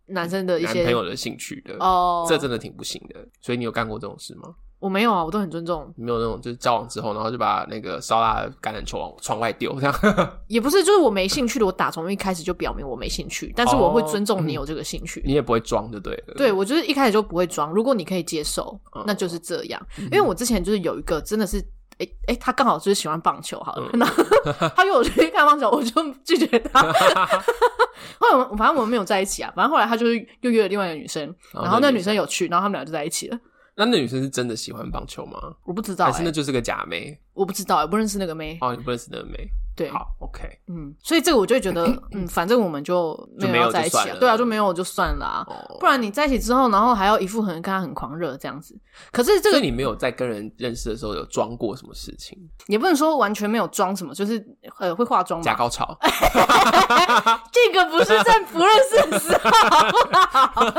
男生哦的一
男
些
朋友的兴趣的。
哦，
这真的挺不行的，所以你有干过这种事吗？
我没有啊，我都很尊重，
你没有那种就是交往之后，然后就把那个烧腊的橄榄球往窗外丢，这样
也不是就是我没兴趣的，我打从一开始就表明我没兴趣，但是我
哦
会尊
嗯
重你有这个兴趣。
你也不会装就对了。
对，我就是一开始就不会装。如果你可以接受，
嗯
那就是这样。因为我之前就是有一个真的是，哎、诶哎、他刚好就是喜欢棒球，好
嗯
了，然后
[LAUGHS]
他约我去看棒球，我就拒绝他。后来我们反正我们没有在一起啊，反正后来他就是又约了另外一个女生，
哦
然后那
那女
女生有去，然后他们俩就在一起了。
那那女生是真的喜欢棒球吗？
我不知道、欸
还是那
诶
就是个假妹？
我不知道、诶我不认识那个妹。
哦，你不认识那个妹？
对，
好，OK，
嗯，所以这个我就会觉
[LAUGHS]
得，嗯，反正我们就没
就没有
要在一起、
就算
啊，
了
对啊，就没有就算了啊。
哦
不然你在一起之后，然后还要一副很跟他很狂热这样子，可是这
所
个
以你没有在跟人认识的时候有装过什么事情，
也不能说完全没有装什么，就是呃会化妆
假
嘛。
高潮，
[LAUGHS] 这个不是在不认识的时候，好不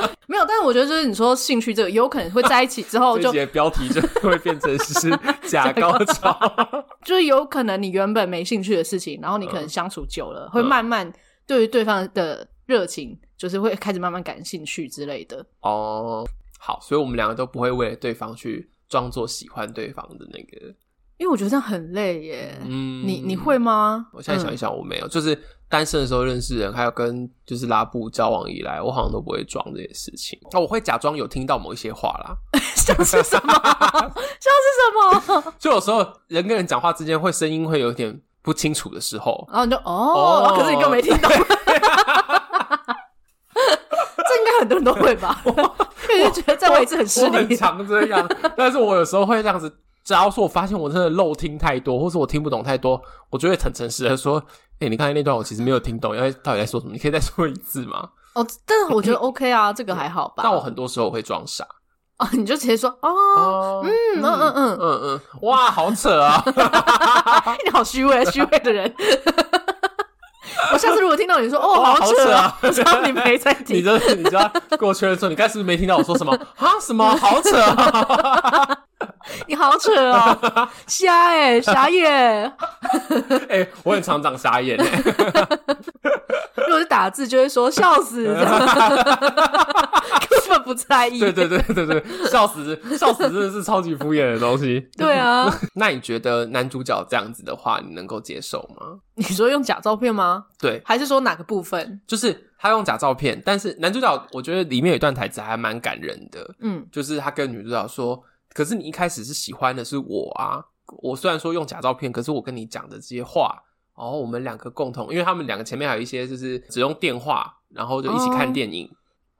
好？ [LAUGHS] 没有，但是我觉得就是你说兴趣这个，有可能会在一起之后哦就
[LAUGHS] 这节标题就会变
[LAUGHS]
成是假高潮，
就是有可能你原本没兴趣的事情，然后你可能相处久
嗯
了，会慢慢对于对方的热情，就是会开始慢慢感兴趣之类的。
哦，好，所以我们两个都不会为了对方去装作喜欢对方的那个，
因为我觉得这样很累耶。
嗯，
你你会吗？
我现在想一
嗯 [LAUGHS]
想，我没有，就是单身的时候认识人，还有跟就是拉布交往以来，我好像都不会装这些事情。哦那、我会假装有听到某一些话啦，
像是什
[LAUGHS]
么？像是什么？
就有时候人跟人讲话之间会声音会有点不清楚的时候，
然后你就哦，然后可是你根本没听
[LAUGHS]
懂。这应该很多人都会吧？因为就觉得再玩一次很失
我很
礼。
常这
[LAUGHS]
样，但是我有时候会这样子。只要是我发现我真的漏听太多，或是我听不懂太多，我就会很诚实的说：“哎、你刚才那段我其实没有听懂，因为到底在说什么？你可以再说一次吗
哦，但是我觉得 OK 啊，这个还好？”吧。
但我很多时候我会装傻。
哦，你就直接说哦，
哦，
嗯嗯嗯
嗯嗯，哇，好
[LAUGHS]
扯啊！
哎你好虚伪，虚伪的
[LAUGHS]
人。我下次如果听到你说“哦，
哇好
扯
扯
啊
啊”，
我知道你没在听。
你这你知道过圈的时候，你刚才是不是没听到我说
[LAUGHS]
什么啊？什么好扯啊！ [LAUGHS]
你好扯哦，瞎哎、傻眼。
哎、我很常长傻眼 [LAUGHS] 哎、
如果是打字，就会说笑死，这
[LAUGHS]
样根本不在意。
对对对对对，笑死笑死，真的是超级敷衍的东西。
对啊，
那你觉得男主角这样子的话，你能够接受吗？
[LAUGHS] 你说用假照片吗？
对，
还是说哪个部分？
就是他用假照片，但是男主角我觉得里面有一段台词还蛮感人的，
嗯，
就是他跟女主角说：“可是你一开始是喜欢的是我啊，我虽然说用假照片，可是我跟你讲的这些话，然后我们两个共同，因为他们两个前面还有一些就是只用电话，然后就一起看电影，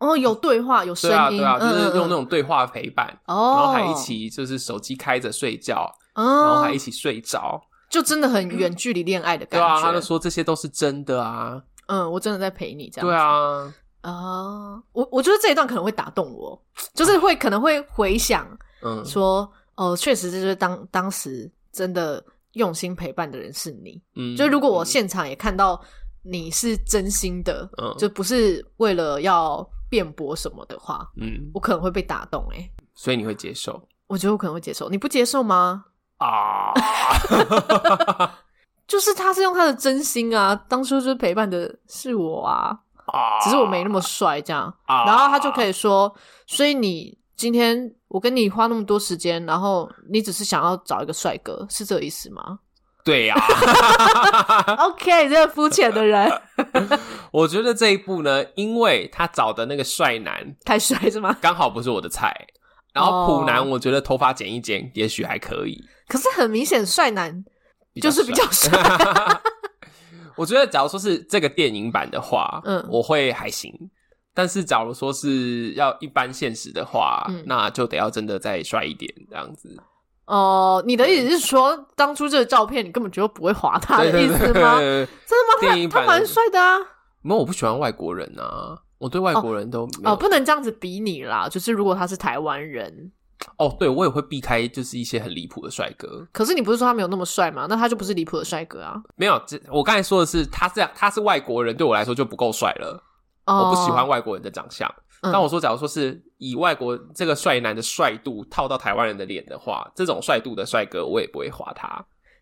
哦，有对话，有声
对啊
音，
对啊，就
嗯
是用那，
嗯
种对话陪伴，
嗯哦，
然后还一，起就是手机开着睡觉，然后还
嗯
一，起睡着，
就真的很远距离恋爱的感
对
觉。
啊，他就说这些都是真的啊，
嗯，我真的在陪你这样。
对，啊，
啊，我我觉得这一段可能会打动我，就是会可能会回想
嗯，
说，哦，确实这就是当当时真的用心陪伴的人是你。
嗯
就如果我现场也看到你是真心的，
嗯
就不是为了要辩驳什么的话，
嗯，
我可能会被打动、欸。
所以你会接受
我觉得我可能会接受，你不接受吗？
啊？
就是他是用他的真心啊，当初就是陪伴的是我啊，
啊
只是我没那么帅这样。
啊
然后他就可以说，所以你今天我跟你花那么多时间，然后你只是想要找一个帅哥，是这个意思吗
[LAUGHS] 对呀、
？OK，这个肤浅的人
我觉得这一部呢，因为他找的那个帅男
太帅是吗？
刚好不是我的菜，然后
哦
普男我觉得头发剪一剪也许还可以，
可是很明显，帅男
比较
就是
帅
比较。帅。
[LAUGHS] 我觉得假如说是这个电影版的话，
嗯
嗯，我会还行。但是假如说是要一般现实的话，
嗯
那就得要真的再帅一点这样子。
哦，你的意思是说，当初这个照片你根本就不会划他的意思吗？
对电
真的
影
吗？他他
版
蛮帅的啊。
没有，我不喜欢外国人啊，我对外国人都没有
哦，不能这样子比你啦。就是如果他是台湾人，
哦，对我也会避开就是一些很离谱的帅哥。
可是你不是说他没有那么帅吗？那他就不是离谱的帅哥啊。
没有，这我刚才说的是他这样，他是外国人，对我来说就不够帅了。
哦，
我不喜欢外国人的长相。
嗯
但我说，假如说是以外国这个帅男的帅度套到台湾人的脸的话，这种帅度的帅哥我也不会划他。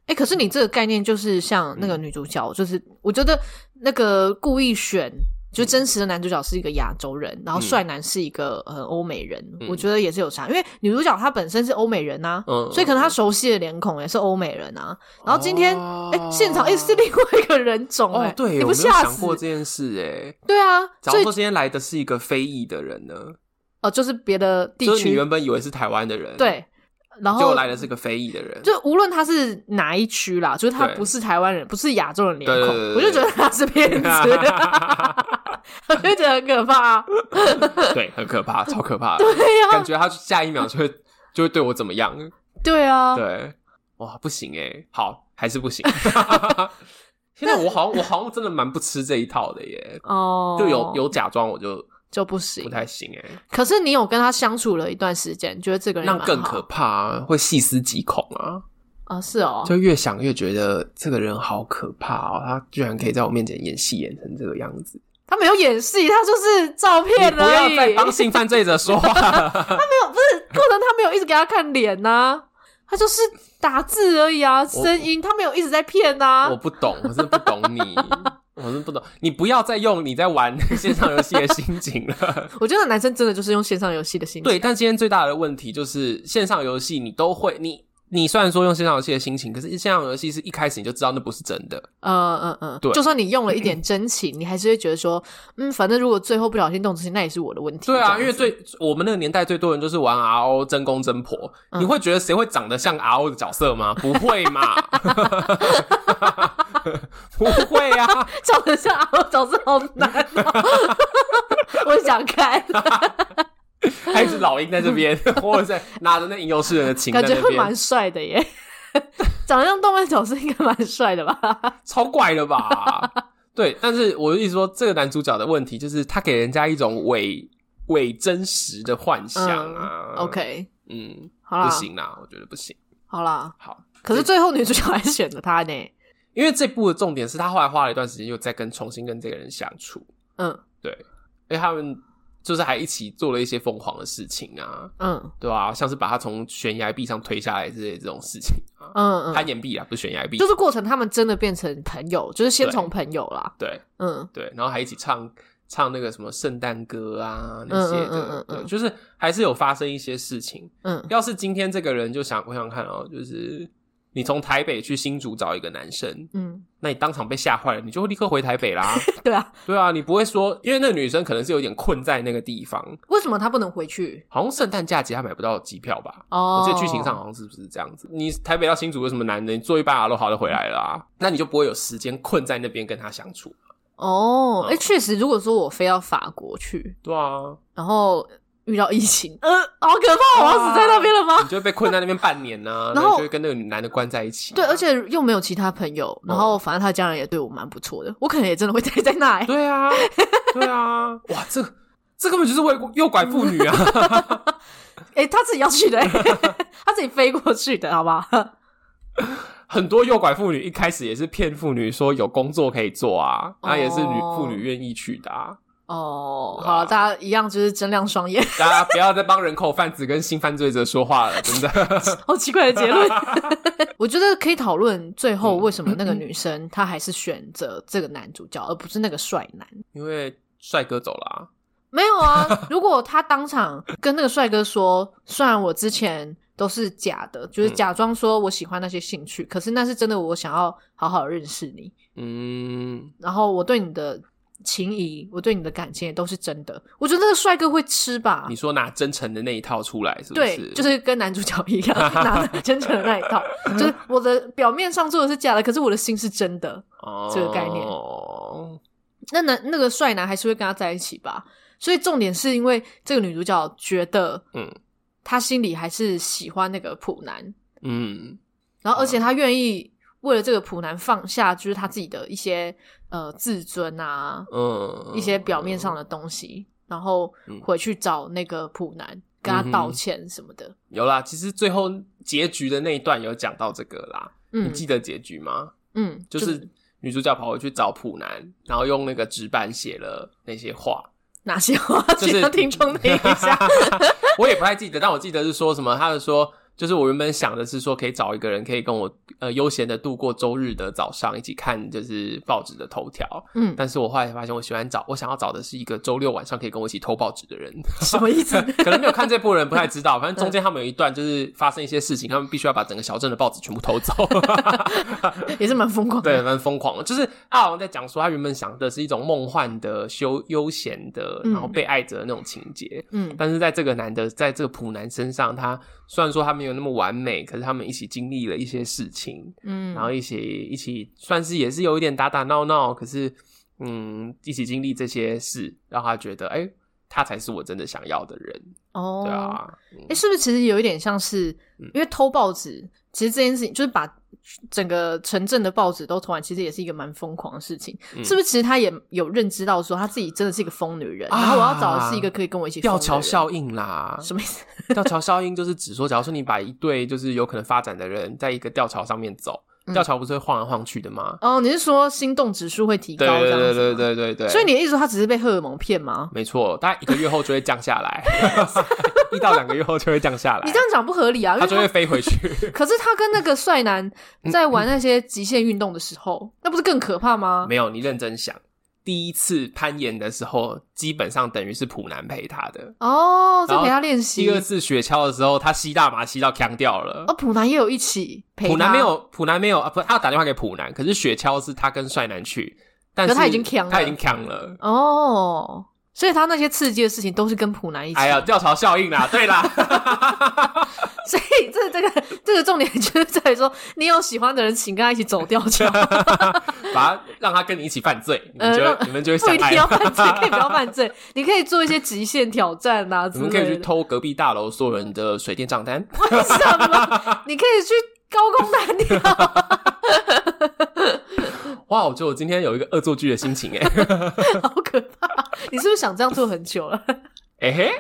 哎、可是你这个概念就是像那个
嗯
女主角，就是我觉得那个故意选，
嗯
就真实的男主角是一个亚洲人，然后帅男是一个呃欧美人，我觉得也是有差，因为女主角她本身是欧美人呐、
嗯
所以可能她熟悉的脸孔也是欧美人啊。然后今天哎、
哦
诶现场哎、诶是另外一个人种哎、
哦，对，
你
我
不
没有
吓
想过
死
这？件事哎。
对啊，
假
所
如
以
说今天来的是一个非裔的人呢，
呃就是别的地
就是你
区
原本以为是台湾的人，，
对，然
结果
后
来的是个非裔的人，
就无论他是哪一区啦，就是他
对
不是台湾人，不是亚洲人脸孔
对对，对
我就觉得他是骗
[LAUGHS]
子，我就觉得很可怕啊。 [LAUGHS]
对，很可怕，超可怕的，
对啊呀、
感觉他下一秒就会就会对我怎么样？
对啊。
欸
[LAUGHS]
对，哇，不行哎，好，还是不行。现在我好像我好像真的蛮不吃这一套的耶，
哦，
就有有假装我就
就不
不
行。
太行哎，
可是你有跟他相处了一段时间，觉得这个人
那
也蛮
更
好
可怕、啊，会细思极恐啊！
啊，是哦，
就越想越觉得这个人好可怕哦，他居然可以在我面前演戏演成这个样子。
他没有演戏，他就是照
你
片
不
而
要
已。
再帮性犯罪者说话了。
他没有，不是过程，他没有一直给他看脸呐、他就是打字而已啊，声音他没有一直在骗呐、
我不懂，我真的不懂
[LAUGHS]
你，我真不懂。你不要再用你在玩 [LAUGHS] 线上游戏的心情
[LAUGHS]
了。
我觉得男生真的就是用线上游戏的心情，
对，但今天最大的问题就是线上游戏，你都会你。你虽然说用线上游戏的心情，可是线上游戏是一开始你就知道那不是真的，
呃嗯嗯，
对
就算你用了一点真情，你还是会觉得说，嗯，反正如果最后不小心动真情，那也是我的问题。
对
这样
啊，
子 [LAUGHS]
因为最我们那个年代最多人就是玩 RO 真公真婆，
嗯
你会觉得谁会长得像 RO 的角色
[LAUGHS]
吗？不会嘛， [LAUGHS] 不会啊，
长得像阿龙，长得好难哦， [LAUGHS] 我想看，
还是老鹰在这
[LAUGHS]
边，或者在拿着那吟游诗人的琴在
感觉
那
会蛮
边，
帅的耶。长得像动漫角色应该蛮帅的吧？
超怪
[LAUGHS]
的吧？对，但是我的意思说，这个男主角的问题就是他给人家一种伪伪真实的幻想啊。
嗯，OK，
嗯，
好啦，嗯
不，行啦，我觉得不行。
好啦。
好，
可是
这
最后女主角还是选了他呢。
因为这部的重点是他后来花了一段时间又再跟重新跟这个人相处，
嗯
对，因为他们就是还一起做了一些疯狂的事情啊，
嗯
对啊，像是把他从悬崖壁上推下来之类的这种事情啊，
嗯
攀
嗯，
岩壁啊，不是悬崖壁，
就是过程他们真的变成朋友，就是先
对
从朋友啦。
对
嗯
对，然后还一起唱唱那个什么圣诞歌啊那些的，
嗯嗯嗯嗯嗯
对就是还是有发生一些事情。
嗯
要是今天这个人就想，我想看哦，就是你从台北去新竹找一个男生，
嗯，
那你当场被吓坏了，你就会立刻回台北啦。
[LAUGHS] 对啊，
对啊，你不会说，因为那个女生可能是有点困在那个地方，
为什么他不能回去？
好像圣诞假期她买不到机票吧。
哦
我，记得剧情上好像是不是这样子？你台北到新竹有什么难的？你坐一班阿罗好就回来了啊，那你就不会有时间困在那边跟他相处。
哦，哎、
嗯
确实，如果说我非要法国去，
对啊，
然后遇到疫情，呃，好可怕，我要死在那边了
你
吗？
就会被困在那边半年呢、
然
然
后
后就会跟那个男的关在一起、啊
对，而且又没有其他朋友，然后反正他家人也对我蛮不错的，我可能也真的会待在那、 [LAUGHS] 欸。
对啊，对啊，哇，这个这根本就是为诱拐妇女啊！
哎、他自己要 [LAUGHS] 去的、欸，他自己飞过去的，好吧？
很多诱拐妇女一开始也是骗妇女说有工作可以做啊，
哦
那、也是女妇女愿意去的啊。
哦，
对啊
好了，大家一样就是睁亮双眼，
大家不要再帮人口贩子跟性犯罪者说话了，真的。 [LAUGHS]
好奇怪的结论。 [LAUGHS] 嗯我觉得可以讨论最后为什么 [LAUGHS] 那个女生她还是选择这个男主角，而不是那个帅男。
因为帅哥走了、啊，
没有啊， [LAUGHS] 如果他当场跟那个帅哥说，虽然我之前都是假的，
嗯
就是假装说我喜欢那些兴趣，可是那是真的，我想要好好认识你，
嗯，
然后我对你的情谊，我对你的感情也都是真的。我觉得那个帅哥会吃吧
你。说拿真诚的那一套出来是不是？
对，就是跟男主角一样， [LAUGHS] 拿着真诚的那一套，就是我的表面上做的是假的，可是我的心是真的。这个概念
哦，
那男那个帅男还是会跟他在一起吧。所以重点是因为这个女主角觉得，
嗯，
她心里还是喜欢那个普男，
嗯，
然后而且她愿意为了这个普男放下，就是她自己的一些呃自尊啊，
嗯，
一些表面上的东西，然后
嗯
回去找那个普男跟他道歉什么的。
有啦，其实最后结局的那一段有讲到这个啦，
嗯
你记得结局吗？
嗯，
就是女主角跑回去找普男，然后用那个纸板写了那些话，
哪些话，
就
请
是
让听众听一下。。
[LAUGHS] 我也不太记得，但我记得是说什么，他是说。就是我原本想的是说，可以找一个人可以跟我呃悠闲的度过周日的早上，一起看就是报纸的头条。
嗯，
但是我后来发现，我喜欢找我想要找的是一个周六晚上可以跟我一起偷报纸的人。
什么意思？ [LAUGHS]
[LAUGHS] 可能没有看这部的人不太知道，反正中间他们有一段就是发生一些事情，他们必须要把整个小镇的报纸全部
[LAUGHS]
偷走。
也是蛮疯狂
对，
的。
蛮疯狂的。就是阿王在讲说，他原本想的是一种梦幻的、休悠闲的，
嗯
然后被爱着的那种情节。
嗯
但是在这个男的，在这个普男身上，他虽然说他没有那么完美，可是他们一起经历了一些事情，
嗯，
然后一起一起算是也是有一点打打闹闹，可是嗯，一起经历这些事，让他觉得哎、他才是我真的想要的人。
哦，
对啊，嗯嗯
哎、是不是其实有一点像是，因为偷报纸，其实这件事情就是把整个城镇的报纸都投完，其实也是一个蛮疯狂的事情，
嗯
是不是？其实她也有认知到说她自己真的是一个疯女人，
啊
然后我要找的是一个可以跟我一起疯的
吊
人
桥效应啦，
什么意思？
吊桥效应就是指说，假如说你把一对就是有可能发展的人，在一个吊桥上面走，
嗯
吊桥不是会晃来晃去的吗？
哦，你是说心动指数会提高
对
这
对
样子吗？
对对对对对，
所以你的意思说她只是被荷尔蒙骗吗？
没错，大概一个月后就会降下来， [LAUGHS] 一到两个月后就会降下来，
你这样讲不合理啊！因
它
为
就
她
会嗯飞
[LAUGHS]
回去。
可是她跟那个帅男在玩那些极限运动的时候，那不是更可怕吗？
没有，你认真想，第一次攀岩的时候，基本上等于是普南陪他的。
哦，在陪
然
她
后
练习
第。二次雪橇的时候，他吸大麻吸到呛掉了。
哦，普南也有一起陪
普南
她
没，有，普南没有啊，不，他有打电话给普南，可是雪橇是他跟帅男去，但是
可他已经呛了
他已经呛了。
哦，所以他那些刺激的事情都是跟普南一起。
哎呀，吊桥效应啦， [LAUGHS] 对啦，
所以这这个 [LAUGHS] 这个重点就是在于说，你有喜欢的人，请跟他一起走掉就好，
把他让他跟你一起犯
[LAUGHS]
罪，你
呃
们就会
让
你们就 [LAUGHS] 会哎
不
相
一定
爱
要。犯罪，可以不要犯罪，你可以做一些极限挑战啊之
你们可以
类
去 [LAUGHS]
的。
偷隔壁大楼所有人的水电账单，
为什么？你可以去高空弹跳，
哇！我觉得我今天有一个恶作剧的心情哎， [LAUGHS]
好可怕！ [LAUGHS] 你是不是想这样做很久了？ [LAUGHS]
哎嘿，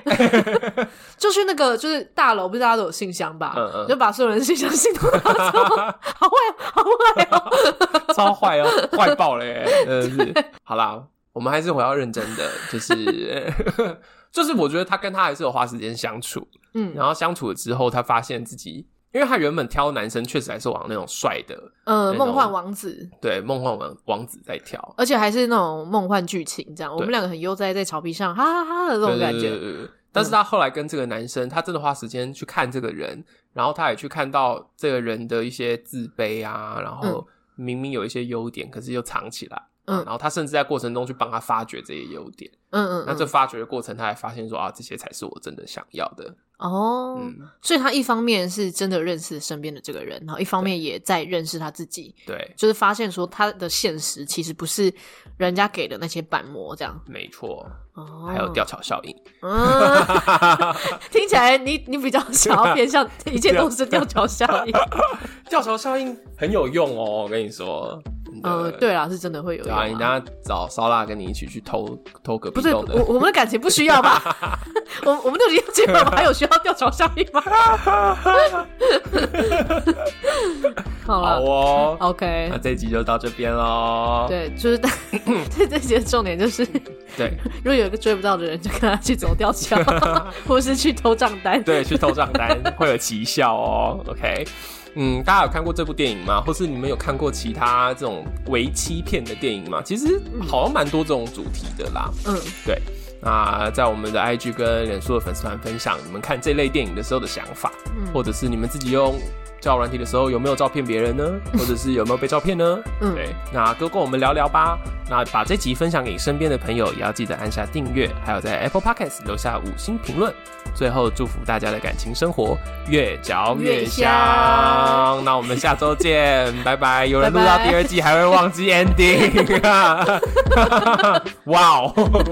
就去那个就是大楼，不是大家都有信箱吧？
嗯嗯
就把所有人的信箱信都拿走， [LAUGHS] 好坏好坏哦！
超坏哦，坏爆了耶！真的
[LAUGHS]
是。好啦，我们还是回到认真的，就是 [LAUGHS] 就是，我觉得他跟他还是有花时间相处，
嗯
然后相处了之后，他发现自己，因为他原本挑男生确实还是往那种帅的，
嗯，
那
梦幻
种
王子，
对梦幻王王子在挑，
而且还是那种梦幻剧情，这样我们两个很悠哉在草皮上，哈哈哈的这种
对
感
对
觉。嗯
对对对但是他后来跟这个男生，他真的花时间去看这个人，然后他也去看到这个人的一些自卑啊，然后明明有一些优点，可是又藏起来。
嗯
然后他甚至在过程中去帮他发掘这些优点。
嗯嗯，
那
嗯
这发掘的过程，他还发现说啊，这些才是我真的想要的。
哦，
嗯，
所以他一方面是真的认识身边的这个人，然后一方面也在认识他自己，
对，
就是发现说他的现实其实不是人家给的那些板模这样。
没错，
哦，
还有吊桥效应。
嗯， [LAUGHS] 听起来你你比较想要偏向 [LAUGHS] 一切都是吊桥效
[LAUGHS]
应。
吊桥效应很有用哦，我跟你说。真的
嗯，对啦，是真的会有
对
用
啊，你等
啊。
下找烧腊跟你一起去偷偷隔
不
壁
是
栋
我
的。
我们的感情不需要吧？
[LAUGHS]
我我们都已经要结婚了，还有需要吊桥效应吗？好
[LAUGHS] 好
了
哦。
，OK，
那这一集就到这边喽。
对，就是 [LAUGHS] 这这节的重点就是，
对
如果有一个追不到的人，就跟他去走吊桥，或是去偷账单。
对，去偷账单会有奇效哦。OK，嗯，大家有看过这部电影吗？或是你们有看过其他这种为欺骗的电影吗？其实好像蛮多这种主题的啦。
嗯，
对，那在我们的 IG 跟脸书的粉丝团分享你们看这类电影的时候的想法，
嗯
或者是你们自己用。交友软体的时候有没有照片别人
[LAUGHS]
呢？或者是有没有被照骗呢？
嗯
对，那都跟我们聊聊吧。那把这集分享给身边的朋友，也要记得按下订阅，还有在 Apple Podcast 留下五星评论。最后祝福大家的感情生活越嚼越
越
香。
香
那我们下周见，拜拜。有人录
拜
到
拜 [LAUGHS]
第二季还会忘记 ending，哇哦！